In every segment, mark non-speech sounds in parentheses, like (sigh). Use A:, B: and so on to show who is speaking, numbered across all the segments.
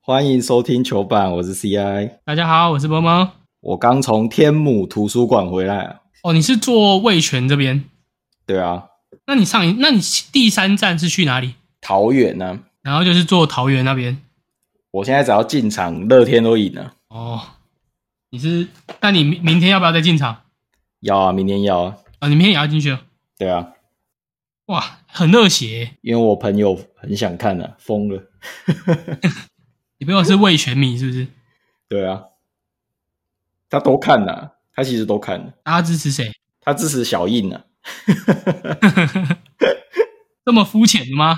A: 欢迎收听球板，我是 CI。
B: 大家好，我是萌萌。
A: 我刚从天母图书馆回来啊。
B: 哦，你是做味全这边？
A: 对啊，
B: 那你上一，那你第三站是去哪里？
A: 桃园呢、啊，
B: 然后就是做桃园那边。
A: 我现在只要进场，乐天都赢了。
B: 哦，你是？那你明明天要不要再进场？啊、
A: 要啊，明天要啊。
B: 你明天也要进去哦？
A: 对啊，
B: 哇，很热血耶。
A: 因为我朋友很想看啊，疯了。
B: 你朋友是味全迷是不是？
A: 对啊，他都看了、他其实都看了，
B: 大家支持谁？
A: 他支持小印啊，
B: 这么肤浅的吗？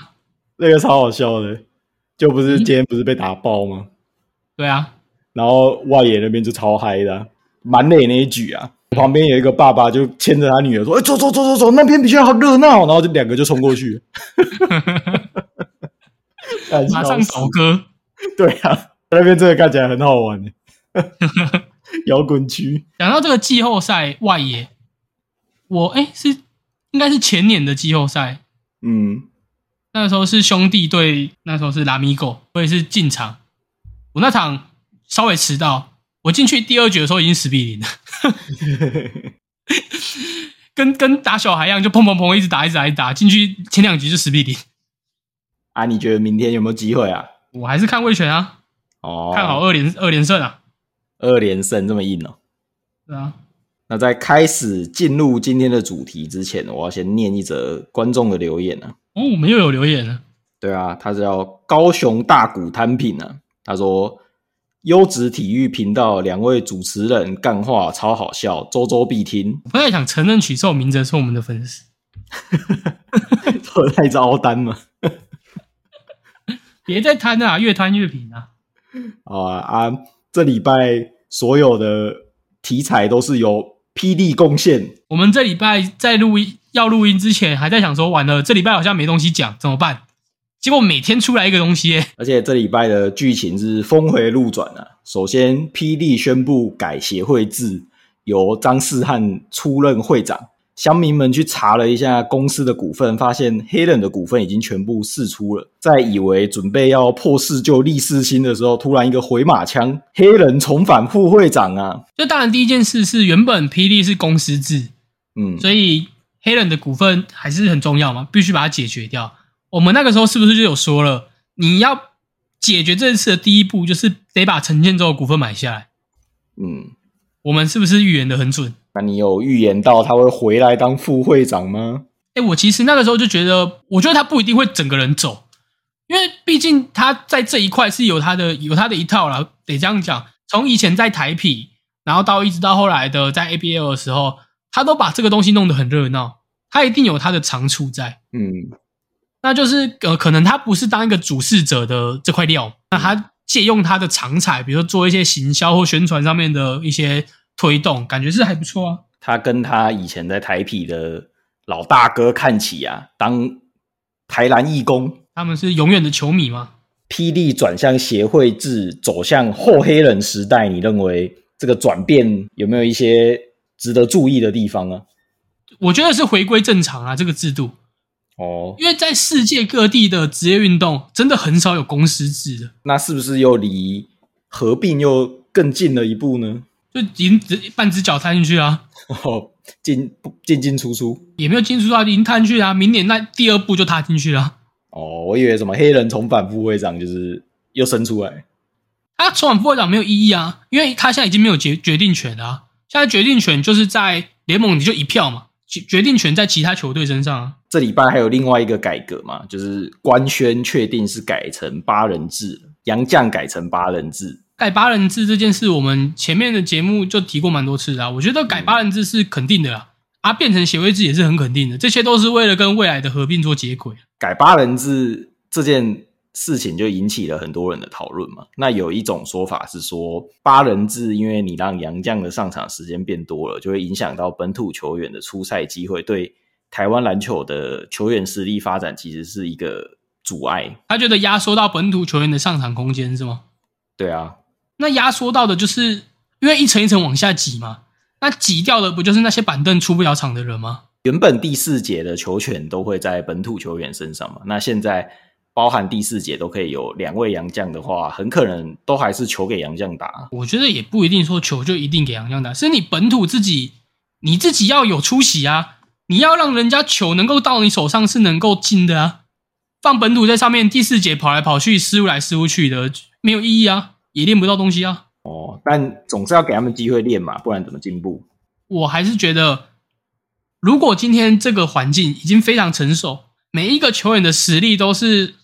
A: 那个超好笑的，就不是今天不是被打爆吗？
B: 对啊，
A: 然后外野那边就超嗨的、啊，满垒那一局啊，旁边有一个爸爸就牵着他女儿说：“哎、走走走走走，那边比较好热闹。”然后就两个就冲过
B: (laughs)
A: 去，干
B: 马上
A: 笑死
B: 倒戈。
A: 对啊，那边真的看起来很好
B: (laughs)
A: 玩耶，摇滚区
B: 讲到这个季后赛外野，我哎、是应该是前年的季后赛，
A: 嗯，
B: 那时候是兄弟队，那时候是拉米狗，我也是进场，我那场稍微迟到，我进去第二局的时候已经十比零了， (laughs) 跟跟打小孩一样，就砰砰砰一直打一直打一直打，进去前两局就十比零，
A: 啊，你觉得明天有没有机会啊？
B: 我还是看魏权啊，
A: 哦，
B: 看好二连二连胜啊，
A: 二连胜这么硬哦。
B: 对啊，
A: 那在开始进入今天的主题之前，我要先念一则观众的留言啊。
B: 哦，我们又有留言了，
A: 对啊，他叫高雄大谷摊品啊。他说，优质体育频道两位主持人干话超好笑，周周必听。 (laughs)
B: 我不太想承认许寿明哲是我们的粉丝，
A: 我太招单了。
B: 别再贪了、啊，越贪越平啊。
A: 好啊啊！这礼拜所有的题材都是由霹雳贡献。
B: 我们这礼拜在录音要录音之前，还在想说，完了这礼拜好像没东西讲，怎么办？结果每天出来一个东西耶、 (laughs)
A: 而且这礼拜的剧情是峰回路转啊。首先，霹雳宣布改协会制，由张世汉出任会长。乡民们去查了一下公司的股份，发现黑人的股份已经全部释出了。在以为准备要破四旧立四新的时候，突然一个回马枪，黑人重返副会长啊！
B: 就当然第一件事是，原本霹雳是公司制，
A: 嗯，
B: 所以黑人的股份还是很重要嘛，必须把它解决掉。我们那个时候是不是就有说了，你要解决这次的第一步就是得把陈建州的股份买下来？
A: 嗯，
B: 我们是不是预言的很准？
A: 那你有预言到他会回来当副会长吗？
B: 哎、我其实那个时候就觉得，我觉得他不一定会整个人走，因为毕竟他在这一块是有他的有他的一套啦，得这样讲。从以前在台匹，然后到一直到后来的在 ABL 的时候，他都把这个东西弄得很热闹，他一定有他的长处在。
A: 嗯，
B: 那就是呃，可能他不是当一个主事者的这块料，那他借用他的长才，比如说做一些行销或宣传上面的一些推动，感觉是还不错啊。
A: 他跟他以前在台匹的老大哥看齐啊，当台南义工，
B: 他们是永远的球迷嘛，
A: 霹雳转向协会制，走向后黑人时代，你认为这个转变有没有一些值得注意的地方啊呢？
B: 我觉得是回归正常啊，这个制度。
A: 哦，
B: 因为在世界各地的职业运动，真的很少有公司制的，
A: 那是不是又离合并又更近了一步呢？ (laughs)
B: 就已经只半只脚探进去啊，
A: 哦，进进进出出。
B: 也没有进出到已经探进去啊，明年那第二步就踏进去了、啊。
A: 哦，我以为什么黑人重返副会长就是又生出来。
B: 他重返副会长没有意义啊，因为他现在已经没有决决定权了、啊，现在决定权就是在联盟你就一票嘛，决决定权在其他球队身上啊。
A: 这礼拜还有另外一个改革嘛，就是官宣确定是改成八人制了，杨将改成八人制。
B: 改八人制这件事，我们前面的节目就提过蛮多次啦、我觉得改八人制是肯定的啦，啊，变成协会制也是很肯定的，这些都是为了跟未来的合并做接轨。
A: 改八人制这件事情就引起了很多人的讨论嘛。那有一种说法是说，八人制因为你让杨将的上场时间变多了，就会影响到本土球员的出赛机会，对台湾篮球的球员实力发展其实是一个阻碍。
B: 他觉得压缩到本土球员的上场空间是吗？
A: 对啊，
B: 那压缩到的就是因为一层一层往下挤嘛，那挤掉的不就是那些板凳出不了场的人吗？
A: 原本第四节的球权都会在本土球员身上嘛，那现在包含第四节都可以有两位洋将的话，很可能都还是球给洋将打。
B: 我觉得也不一定说球就一定给洋将打，是你本土自己你自己要有出息啊！你要让人家球能够到你手上是能够进的啊！放本土在上面，第四节跑来跑去，失误来失误去的，没有意义啊，也练不到东西啊！
A: 哦，但总是要给他们机会练嘛，不然怎么进步？
B: 我还是觉得，如果今天这个环境已经非常成熟，每一个球员的实力都是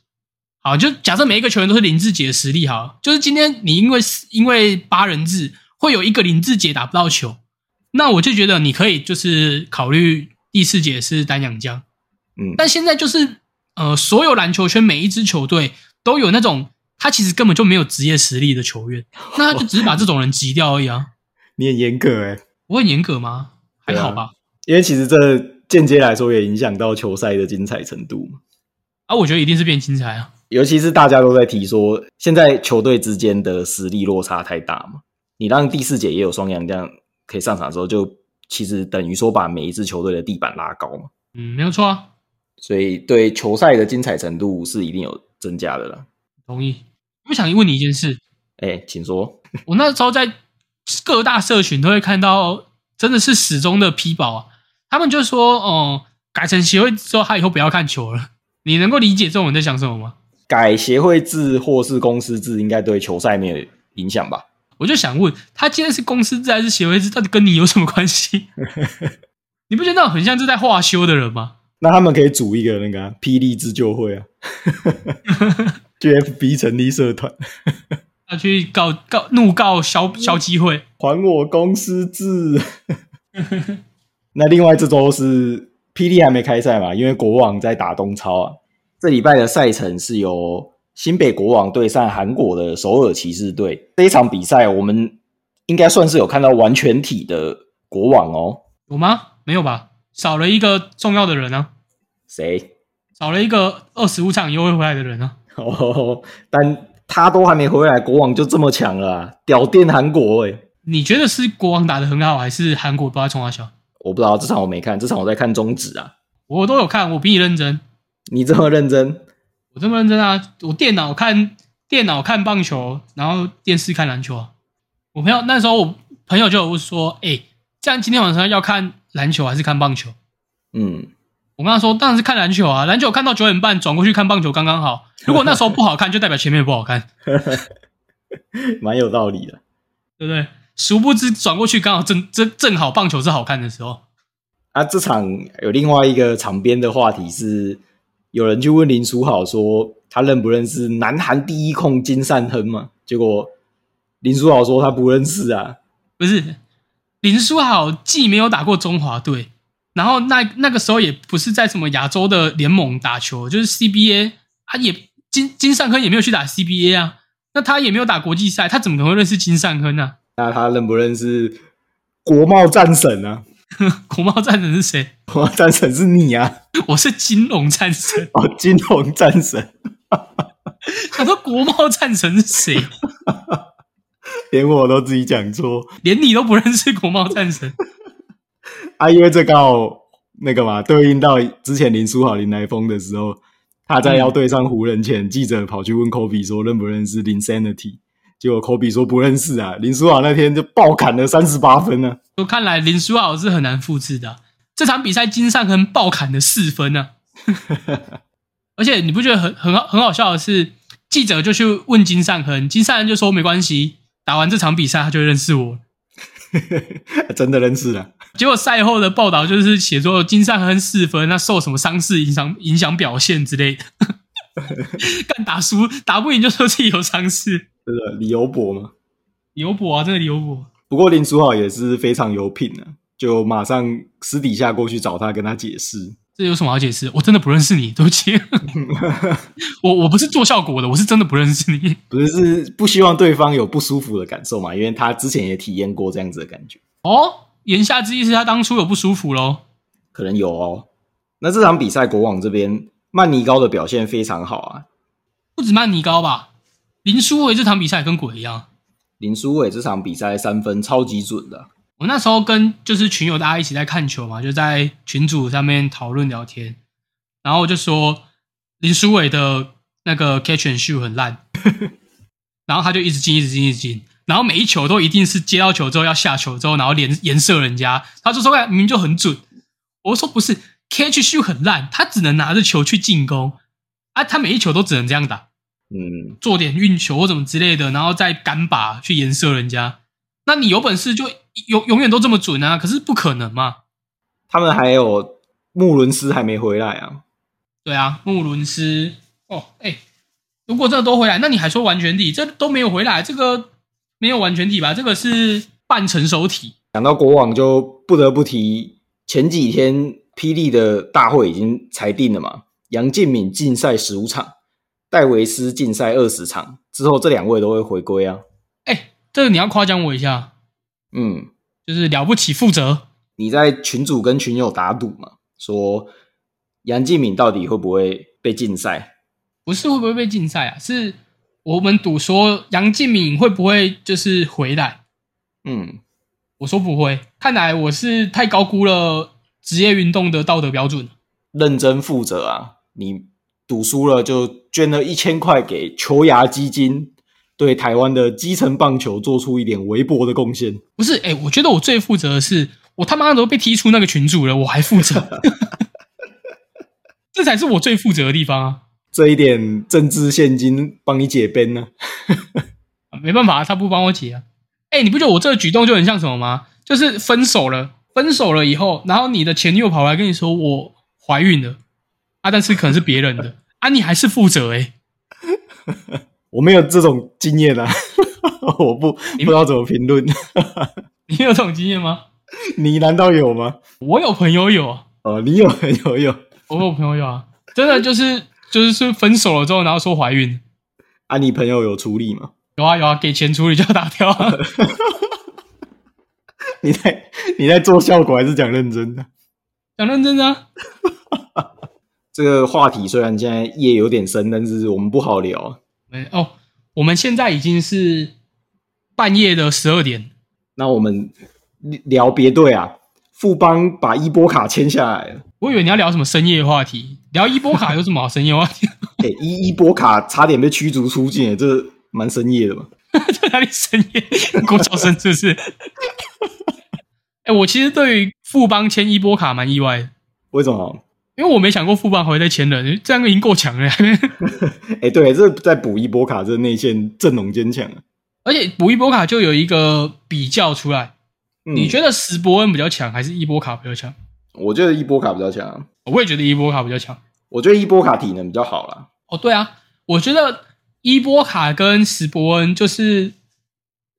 B: 好，就假设每一个球员都是林志杰的实力好了，就是今天你因为因为八人制会有一个林志杰打不到球，那我就觉得你可以就是考虑第四节是单阳江，
A: 嗯，
B: 但现在就是呃，所有篮球圈每一支球队都有那种他其实根本就没有职业实力的球员，那他就只是把这种人挤掉而已啊。
A: 你很严格诶、欸
B: 我很严格吗？还好吧。
A: 因为其实这间接来说也影响到球赛的精彩程度嘛。
B: 啊，我觉得一定是变精彩啊。
A: 尤其是大家都在提说，现在球队之间的实力落差太大嘛。你让第四节也有双阳这样可以上场的时候，就其实等于说把每一支球队的地板拉高嘛。
B: 嗯，没有错啊，
A: 所以对球赛的精彩程度是一定有增加的啦。
B: 同意。我想问你一件事，
A: 哎、请说。
B: 我那时候在各大社群都会看到，真的是始终的批宝啊，他们就说，哦、改成协会之后，他以后不要看球了。你能够理解这种人在想什么吗？
A: 改协会制或是公司制，应该对球赛没有影响吧？
B: 我就想问，他今天是公司制还是协会制，到底跟你有什么关系？ (laughs) 你不觉得那种很像是在化修的人吗？
A: 那他们可以组一个那个啊、霹雳自救会 (laughs) 啊，GFB 成立社团，
B: 要去告告怒告消消基会，
A: 还我公司制。 (laughs) 那另外这周是霹雳还没开赛嘛，因为国王在打东超啊。这礼拜的赛程是由新北国王对上韩国的首尔骑士队。这一场比赛我们应该算是有看到完全体的国王哦。
B: 有吗？没有吧？少了一个重要的人啊。
A: 谁？ (laughs)
B: 少了一个二十五场优惠回来的人啊。
A: 哦，但他都还没回来，国王就这么强了、啊，屌电韩国诶、欸
B: 你觉得是国王打得很好，还是韩国不知道冲他笑？
A: 我不知道这场我没看，这场我在看中指啊。
B: 我都有看，我比你认真，
A: 你这么认真，
B: 我这么认真啊！我电脑看电脑看棒球，然后电视看篮球啊。我朋友那时候我朋友就有问说：“哎、这样今天晚上要看篮球还是看棒球
A: 嗯，？”
B: 我跟他说：“当然是看篮球啊，篮球看到九点半，转过去看棒球刚刚好。如果那时候不好看，就代表前面不好看，
A: 蛮有道理的。
B: 对不对？殊不知转过去刚好正正正好棒球是好看的时候。
A: 啊，这场有另外一个场边的话题是，有人去问林书豪说他认不认识南韩第一控金善亨嘛？结果林书豪说他不认识啊。
B: 不是林书豪既没有打过中华队，然后那那个时候也不是在什么亚洲的联盟打球，就是 CBA，他也金金善亨也没有去打 CBA 啊，那他也没有打国际赛，他怎么可能会认识金善亨啊呢、
A: 那他认不认识国贸战神啊？
B: (laughs)
A: (laughs)
B: 国贸战神是谁？
A: 国贸战神是你啊！，
B: 我是金融战神
A: 哦，金融战神，
B: 想说国贸战神是谁？
A: 连我都自己讲错
B: 连你都不认识国贸战神，
A: 啊，因为这刚好那个嘛，对应到之前林书豪、林来疯的时候，他在要对上湖人前，记者跑去问 Kobe 说认不认识林 Sanity，结果 Kobe 说不认识啊，林书豪那天就爆砍了三十八分啊呢、
B: 我看来林书豪是很难复制的啊、这场比赛金善亨爆砍了四分呢、而且你不觉得很很好很好笑的是，记者就去问金善亨，金善亨就说没关系，打完这场比赛他就会认识我。
A: 啊， (laughs) 真的认识了、
B: 结果赛后的报道就是写作金善亨四分，那受什么伤势影响影响表现之类的。 (laughs) 干打输打不赢就说自己有伤势，
A: 真的李由博嘛。
B: 有我啊，真的有我。
A: 不过林书豪也是非常有品啊，就马上私底下过去找他跟他解释。
B: 这有什么好解释？我真的不认识你，对不起， (laughs) 我我不是做效果的，我是真的不认识你。
A: 不是是不希望对方有不舒服的感受嘛？因为他之前也体验过这样子的感觉，
B: 哦，言下之意是他当初有不舒服喽。
A: 可能有哦。那这场比赛，国王这边曼尼高的表现非常好啊。
B: 不止曼尼高吧，林书伟这场比赛也跟鬼一样。
A: 林书伟这场比赛三分超级准的，
B: 我那时候跟就是群友大家一起在看球嘛，就在群组上面讨论聊天，然后我就说林书伟的那个 catch and shoot 很烂，然后他就一直进，一直进，一直进，然后每一球都一定是接到球之后要下球之后，然后连颜射人家，他就说哎明明就很准，我说不是 catch and shoot 很烂，他只能拿着球去进攻啊，他每一球都只能这样打，
A: 嗯，
B: 做点运球或怎么之类的，然后再干拔去颜射人家，那你有本事就永永远都这么准啊，可是不可能嘛，
A: 他们还有穆伦斯还没回来啊，
B: 对啊，穆伦斯哦，哎、如果这都回来，那你还说完全体？这都没有回来，这个没有完全体吧？这个是半成熟体。
A: 讲到国王，就不得不提前几天霹雳的大会已经裁定了嘛，杨敬敏禁赛十五场，戴维斯禁赛二十场，之后这两位都会回归啊。
B: 哎、这个你要夸奖我一下，
A: 嗯，
B: 就是了不起负责。
A: 你在群主跟群友打赌嘛，说杨敬敏到底会不会被禁赛？
B: 不是会不会被禁赛啊？是我们赌说杨敬敏会不会就是回来？
A: 嗯，
B: 我说不会，看来我是太高估了职业运动的道德标准。
A: 认真负责啊！你赌输了就捐了一千块给球牙基金，对台湾的基层棒球做出一点微薄的贡献。
B: 不是，哎、我觉得我最负责的是，我他妈都被踢出那个群组了，我还负责， (laughs) 这才是我最负责的地方啊！
A: 这一点政治现金帮你解编呢、
B: 啊没办法、他不帮我解啊！哎、你不觉得我这个举动就很像什么吗？就是分手了，分手了以后，然后你的前女友跑来跟你说我怀孕了啊，但是可能是别人的啊，你还是负责哎、
A: 我没有这种经验啊， (laughs) 我不不知道怎么评论。 (laughs)
B: 你有这种经验吗？
A: 你难道有吗？
B: 我有朋友有啊，
A: 哦，你有有有
B: 我有朋友有啊，真的就是就是是分手了之后，然后说怀孕，
A: 啊？你朋友有处理吗？ (laughs)
B: 有啊有啊，给钱处理就要打掉啊。 (laughs)
A: 你在你在做效果还是讲认真的？
B: 讲认真的、啊，
A: 这个话题虽然现在夜有点深，但是我们不好聊啊。
B: 没哦，我们现在已经是半夜的十二点，
A: 那我们聊别队啊，富邦把伊波卡签下来了。 (laughs)
B: 我以为你要聊什么深夜话题，聊伊波卡有什么好深夜话题？ (laughs)
A: 哎、伊伊波卡差点被驱逐出境耶，这蛮深夜的嘛。
B: 在哪里深夜？国小生是不是？ (laughs) 哎、我其实对于富邦签伊波卡蛮意外的，
A: 为什么？
B: 因为我没想过富邦还会再签人，这样已经够强了。 (laughs)
A: 哎、对，这在补伊波卡，这内线阵容坚强啊。
B: 而且补伊波卡就有一个比较出来，
A: 嗯
B: 你觉得史伯恩比较强还是伊波卡比较强？
A: 我觉得伊波卡比较强，啊
B: 我也觉得伊波卡比较强。
A: 我觉得伊波卡体能比较好啦。
B: 哦，对啊，我觉得伊波卡跟史伯恩就是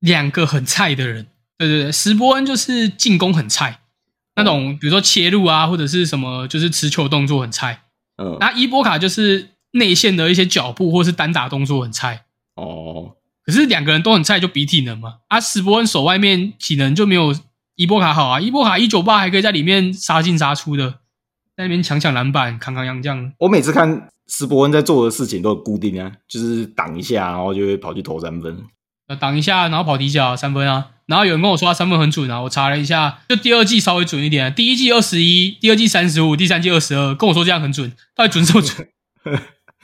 B: 两个很菜的人。对对对，史伯恩就是进攻很菜，那种比如说切入啊，或者是什么，就是持球动作很菜。
A: 嗯，
B: 那伊波卡就是内线的一些脚步或是单打动作很菜。
A: 哦，
B: 可是两个人都很菜，就比体能嘛。啊，史伯恩手外面体能就没有伊波卡好啊。伊波卡一九八还可以在里面杀进杀出的，在那边抢抢篮板，扛扛洋将。
A: 我每次看斯伯恩在做的事情都很固定啊，就是挡一下，然后就会跑去投三分。
B: 呃，挡一下，然后跑底角三分啊。然后有人跟我说他三分很准啊，我查了一下，就第二季稍微准一点、第一季二十一，第二季三十五，第三季二十二，跟我说这样很准，到底准什么准？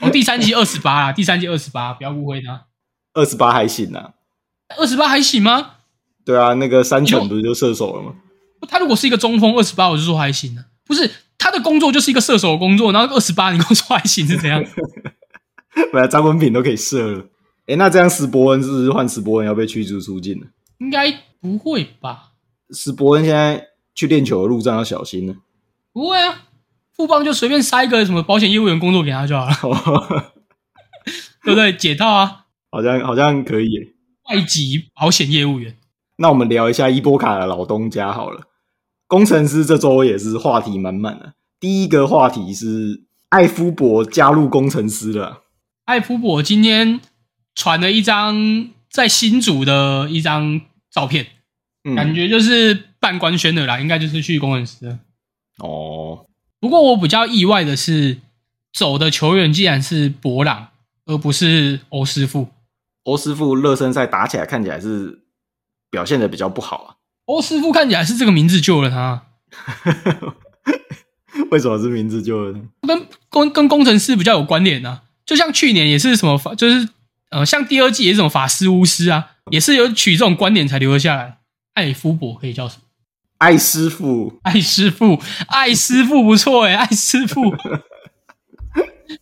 B: 哦，第三季二十八啦，第三季二十八，不要误会他，
A: 二十八还行啊，
B: 二十八还行吗？
A: 对啊，那个三拳不是就射手了吗？
B: 他如果是一个中锋，二十八我就说还行啊，不是他的工作就是一个射手的工作，然后二十八你跟我说还行是怎样？
A: 本来张文品都可以射了。诶、那这样斯伯恩是不是换斯伯恩要被驱逐出境了？
B: 应该不会吧？
A: 斯伯恩现在去练球的路上要小心了。 (laughs)
B: 不会啊，富邦就随便塞一个什么保险业务员工作给他就好了，对不对？解套啊。
A: 好像好像可以耶。
B: 外籍保险业务员。
A: 那我们聊一下伊波卡的老东家好了。工程师这周也是话题满满的。第一个话题是艾夫伯加入工程师了，啊
B: 艾夫伯今天传了一张在新组的一张照片，
A: 嗯
B: 感觉就是半官宣的啦，应该就是去工程师了。
A: 哦，
B: 不过我比较意外的是，走的球员竟然是博朗，而不是欧师傅。
A: 欧师傅热身赛打起来看起来是表现的比较不好啊。 (laughs)
B: 欧师傅看起来是这个名字救了他，
A: 为什么是名字就
B: 跟跟跟工程师比较有关联啊。就像去年也是什么法，就是呃，像第二季也是什么法师巫师啊，也是有取这种观点才留了下来。艾夫伯可以叫什么？
A: 艾师傅，
B: (laughs) 艾师傅，艾师傅不错哎，艾师傅，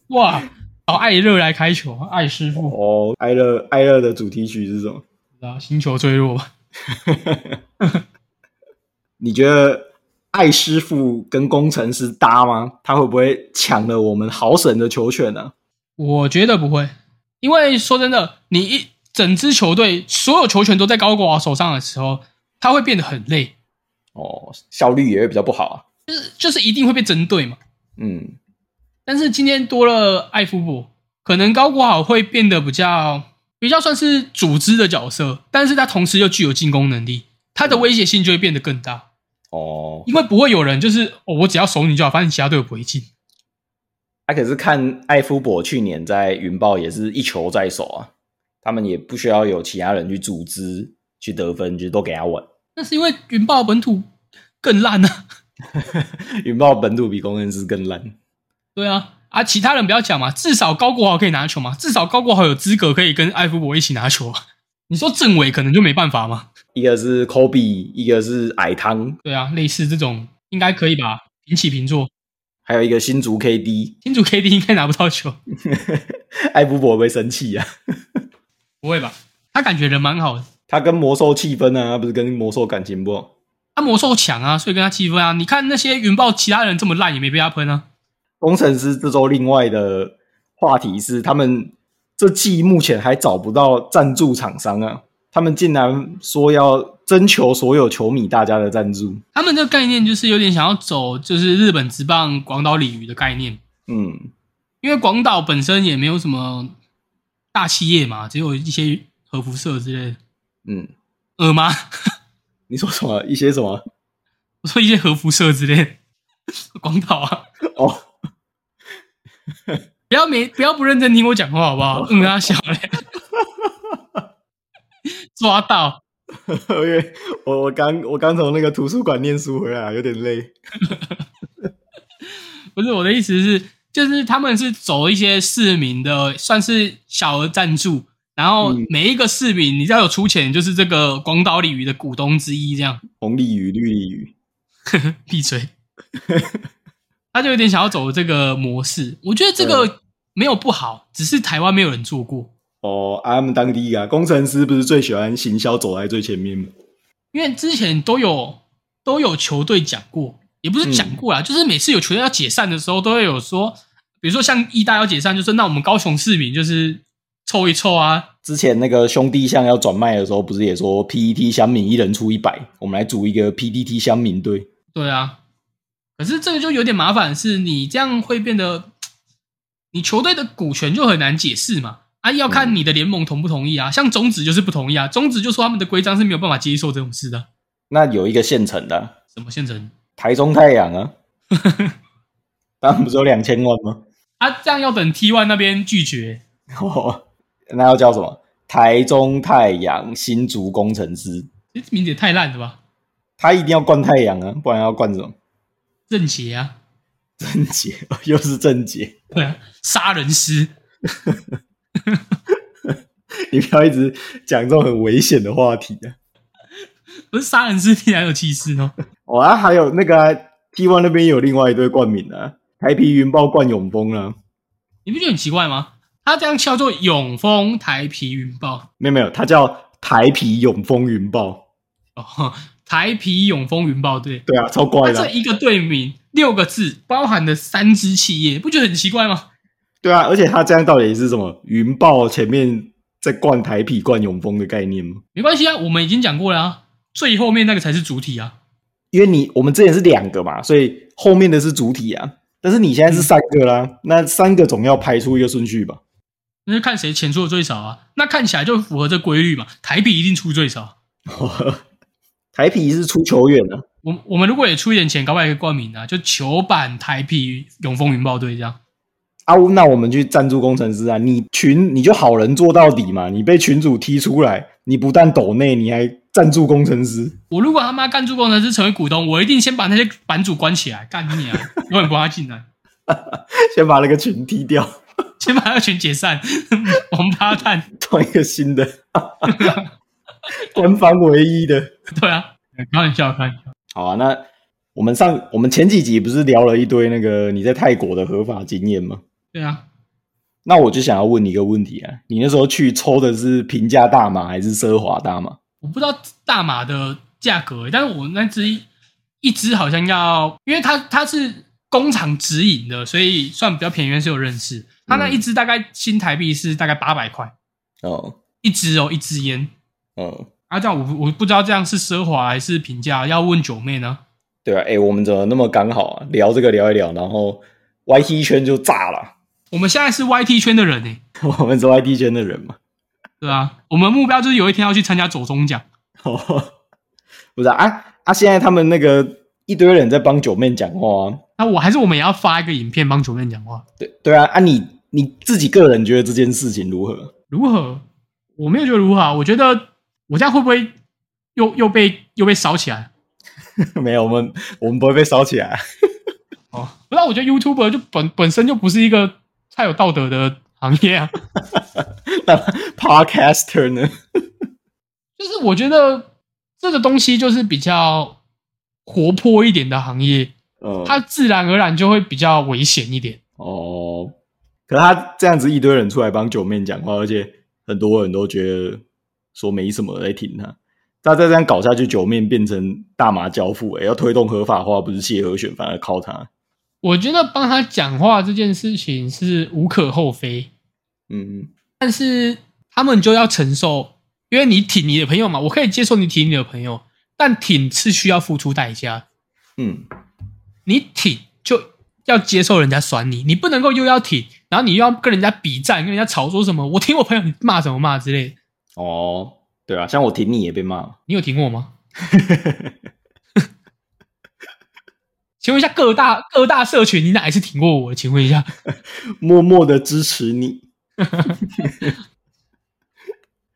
B: 哇，找艾热来开球，艾师傅，
A: 哦，艾乐艾乐的主题曲是什么？
B: 啊，星球坠落吧，
A: 你觉得艾师傅跟工程师搭吗？他会不会抢了我们豪神的球权呢、
B: 我觉得不会，因为说真的，你一整支球队所有球权都在高国豪手上的时候，他会变得很累，
A: 哦，效率也会比较不好啊。
B: 就是就是一定会被针对嘛。
A: 嗯，
B: 但是今天多了艾夫伯，可能高国豪会变得比较比较算是组织的角色，但是他同时又具有进攻能力，他的威胁性就会变得更大。
A: 哦，
B: 因为不会有人就是哦，我只要守你就好，反正其他队友不会进。
A: 他、啊可是看艾夫伯去年在云豹也是一球在手啊，他们也不需要有其他人去组织去得分，就都给他稳。 (laughs)
B: 那是因为云豹本土更烂啊。 (laughs)
A: 云豹本土比工程师更烂。
B: 对啊，啊，其他人不要讲嘛，至少高国豪可以拿球嘛，至少高国豪有资格可以跟艾夫伯一起拿球啊。你说政委可能就没办法嘛？
A: 一个是 Kobe，一个是矮汤，
B: 对啊，类似这种应该可以吧，平起平坐。
A: 还有一个新竹 KD。
B: 新竹 KD 应该拿不到球，
A: 艾夫伯会不会生气啊？
B: 不会吧？他感觉人蛮好的，
A: 他跟魔兽气氛啊，他不是跟魔兽感情不好。
B: 他魔兽强啊，所以跟他气氛啊。你看那些云豹其他人这么烂，也没被他喷啊。
A: 工程师这周另外的话题是，他们这季目前还找不到赞助厂商啊，他们竟然说要征求所有球迷大家的赞助。
B: 他们这个概念就是有点想要走就是日本职棒广岛鲤鱼的概念，
A: 嗯，
B: 因为广岛本身也没有什么大企业嘛，只有一些核辐射之类的。
A: 嗯，
B: 呃吗？ (laughs)
A: 你说什么？一些什么？ (laughs)
B: 我说一些核辐射之类的。广岛啊，
A: 哦，
B: 不要没不要不认真听我讲话好不好？嗯啊，小嘞，抓到
A: 因为我我刚我刚从那个图书馆念书回来，有点累。
B: 不是我的意思是，就是他们是走一些市民的，算是小额赞助，然后
A: 嗯
B: 每一个市民你只要有出钱，就是这个广岛鲤鱼的股东之一这样。
A: 红鲤鱼、绿鲤鱼，
B: 闭嘴。 (laughs) 他就有点想要走这个模式，我觉得这个没有不好，只是台湾没有人做过，
A: 哦，啊他们当第一个、啊、工程师不是最喜欢行销走在最前面吗？
B: 因为之前都有都有球队讲过，也不是讲过啦，就是每次有球队要解散的时候，都会有说，比如说像义大要解散，就是那我们高雄市民就是凑一凑啊，
A: 之前那个兄弟象要转卖的时候，不是也说 PET 乡民一人出一百，我们来组一个 PDT 乡民队。
B: 对啊。可是这个就有点麻烦，是你这样会变得，你球队的股权就很难解释嘛。啊，要看你的联盟同不同意啊。像中职就是不同意啊，中职就说他们的规章是没有办法接受这种事的。
A: 那有一个现成的啊
B: 什么现成
A: 台中太阳啊，当然不是有两千万吗？
B: 啊？这样要等 T One 那边拒绝，
A: 哦，那要叫什么？台中太阳新竹工程师，
B: 这名字也太烂了吧？
A: 他一定要冠太阳啊，不然要冠什么？ (laughs)
B: 正邪啊，
A: 正杰， (laughs) 又是正杰，
B: 对啊，杀人师。
A: 你不要一直讲这种很危险的话题啊！
B: 不是杀人师，竟然有气势哦！
A: 哦啊，还有那个啊、T One 那边有另外一队冠名啊，台皮云豹冠永丰啊。
B: 你不觉得很奇怪吗？他这样叫做永丰台皮云豹
A: 没有没有，它叫台啤永丰云豹。
B: 哦，台皮永丰云豹队。
A: 对啊，超
B: 他
A: 怪的啊、
B: 这一个队名六个字，包含了三支企业，不觉得很奇怪吗？
A: 对啊，而且它这样到底是什么？云豹前面在灌台啤、灌永丰的概念吗？
B: 没关系啊，我们已经讲过了啊，最后面那个才是主体啊。
A: 因为你我们之前是两个嘛，所以后面的是主体啊。但是你现在是三个啦，那三个总要排出一个顺序吧？ (laughs)
B: 那就看谁钱出的最少啊，那看起来就符合这规律嘛。台币一定出最少，
A: 台啤是出球员啊，
B: 我我们如果也出一点钱，搞不好也可以冠名啊，就球版台币永丰云豹队这样。
A: 啊，那我们去赞助工程师啊，你群你就好人做到底嘛，你被群主踢出来，你不但抖内，你还赞助工程师。
B: 我如果他妈干助工程师成为股东，我一定先把那些版主关起来，干你啊，永远不让他进来。
A: 先把那个群踢掉。
B: 先把那群解散，王八蛋，
A: 创一个新的， (laughs) 官方唯一的。
B: 对啊，开玩笑，开玩笑，
A: 好啊，那我们上我们前几集不是聊了一堆那个你在泰国的合法经验吗？
B: 对啊，
A: 那我就想要问你一个问题啊，你那时候去抽的是平价大麻还是奢华大麻？
B: 我不知道大马的价格，欸但是我那只一一只好像要，因为它它是工厂直营的，所以算比较便宜，因为是有认识。它那一只大概新台币是大概八百块
A: 哦，
B: 一支哦，一支烟。
A: 嗯，
B: 啊，这样我不我不知道这样是奢华还是平价，要问九妹呢。
A: 对啊，哎、我们怎么那么刚好啊？聊这个聊一聊，然后 YT 圈就炸了。
B: 我们现在是 YT 圈的人呢、
A: (laughs)
B: 欸
A: 我们是 YT 圈的人嘛，
B: 对吧、啊？我们目标就是有一天要去参加走中奖。
A: 哦， (laughs) 不是啊啊啊！现在他们那个一堆人在帮九妹讲话、啊，
B: 那我还是我们也要发一个影片帮九妹讲话，
A: 对对啊啊你！你自己个人觉得这件事情如何？ (laughs)
B: 如何？我没有觉得如何啊，我觉得我这样会不会又又被又被烧起来？
A: 没有，我们我们不会被烧起来。啊
B: 哦，不然我觉得 YouTuber 就本本身就不是一个太有道德的行业啊。
A: 那 Podcaster 呢？
B: 就是我觉得这个东西就是比较活泼一点的行业，
A: (laughs) 嗯，
B: 它自然而然就会比较危险一点。
A: 哦，可是他这样子一堆人出来帮九妹讲话，而且很多人都觉得说没什么在听他。那再这样搞下去，九面变成大麻教父、欸，要推动合法化，不是谢和弦，反而靠他。
B: 我觉得帮他讲话这件事情是无可厚非，
A: 嗯，
B: 但是他们就要承受，因为你挺你的朋友嘛，我可以接受你挺你的朋友，但挺是需要付出代价，
A: 嗯，
B: 你挺就要接受人家酸你，你不能够又要挺，然后你又要跟人家比战，跟人家吵说什么我挺我朋友你骂什么骂之类的，
A: 哦，对啊，像我挺你也被骂嘛，
B: 你有听过吗？ (laughs) 请问一下各大各大社群，你哪一次挺过我？请问一下，
A: 默默的支持你。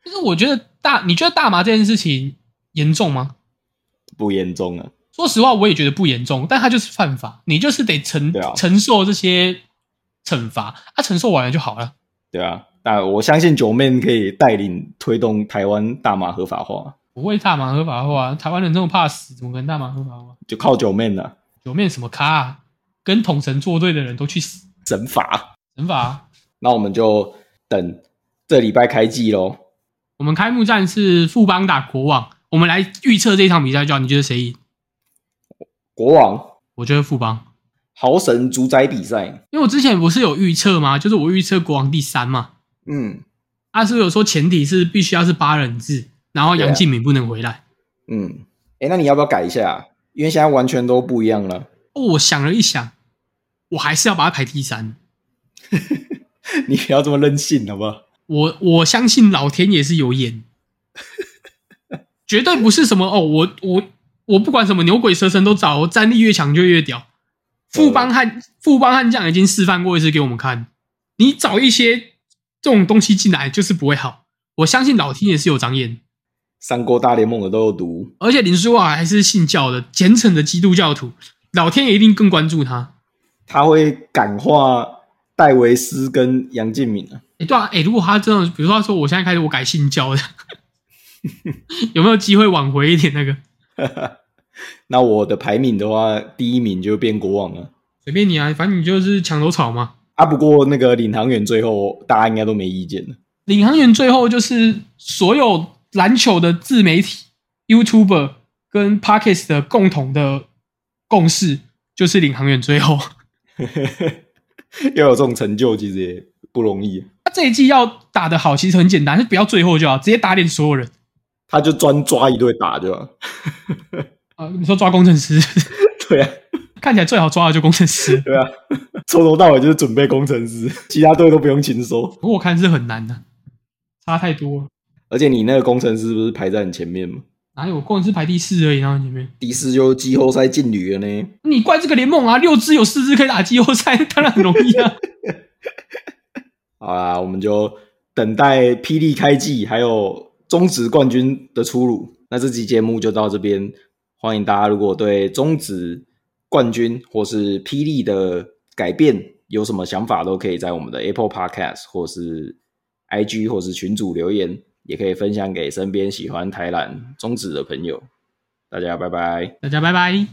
B: 就是我觉得大，你觉得大麻这件事情严重吗？
A: 不严重啊，
B: 说实话，我也觉得不严重，但它就是犯法，你就是得承、
A: 对啊
B: 承受这些惩罚，啊，承受完了就好了。
A: 对啊，那我相信九妹可以带领推动台湾大麻合法化，
B: 不会大麻合法化，台湾人这么怕死，怎么可能大麻合法化？
A: 就靠九妹了，
B: 有面什么咖、啊？跟统神作对的人都去死，
A: 整法。
B: 惩罚、啊。
A: 那我们就等这礼拜开季喽。
B: 我们开幕战是富邦打国王，我们来预测这场比赛，就好你觉得谁赢？
A: 国王
B: 我觉得富邦，
A: 豪神主宰比赛，
B: 因为我之前不是有预测吗？就是我预测国王第三嘛，
A: 嗯
B: 阿叔有说前提是必须要是八人制，然后杨敬敏不能回来。
A: 嗯，哎，那你要不要改一下啊？因为现在完全都不一样了。 (laughs)
B: 哦，我想了一想，我还是要把他排第三。
A: 你不要这么任性，好不好？
B: 我我相信老天也是有眼，绝对不是什么哦，我我我不管什么牛鬼蛇神都找，我战力越强就越屌。富邦悍富邦悍将已经示范过一次给我们看，你找一些这种东西进来就是不会好。我相信老天也是有长眼，
A: 三国大联盟的都有毒，
B: 而且林书豪还是信教的虔诚的基督教徒，老天爷一定更关注他。
A: 他会感化戴维斯跟杨敬敏啊。
B: 哎、对啊，哎、如果他真的，比如说他说我现在开始我改性交的，有没有机会挽回一点那个？
A: 那我的排名的话，第一名就变国王了
B: 随便你啊，反正你就是墙头草嘛。
A: 啊。不过那个领航员最后大家应该都没意见了。 (laughs)
B: 领航员最后就是所有篮球的自媒体、YouTuber 跟 Parkes 的共同的共识，就是领航员最后。 (laughs)
A: 要有这种成就，其实也不容易。
B: 他这一季要打得好，其实很简单，就不要最后就好，直接打脸所有人。
A: 他就专抓一队打就好。
B: 啊、你说抓工程师，
A: (laughs)
B: (laughs)
A: 对啊，
B: 看起来最好抓的就工程师，
A: 对啊，从头到尾就是准备工程师，其他队都不用勤收。
B: 不过我看是很难的、差太多了。
A: 而且你那个工程师不是排在你前面吗？
B: 哪有？工程师排第四而已，然后前面。
A: 第四就是季后赛劲旅了呢。
B: 你怪这个联盟啊，六支有四支可以打季后赛， (laughs) 当然很容易啊。
A: 好啦，我们就等待霹雳开季，还有中职冠军的出炉。那这期节目就到这边，欢迎大家如果对中职冠军或是霹雳的改变有什么想法都可以在我们的 Apple Podcast 或是 IG 或是群组留言，也可以分享给身边喜欢台篮宗旨的朋友。大家拜拜。
B: 大家拜拜。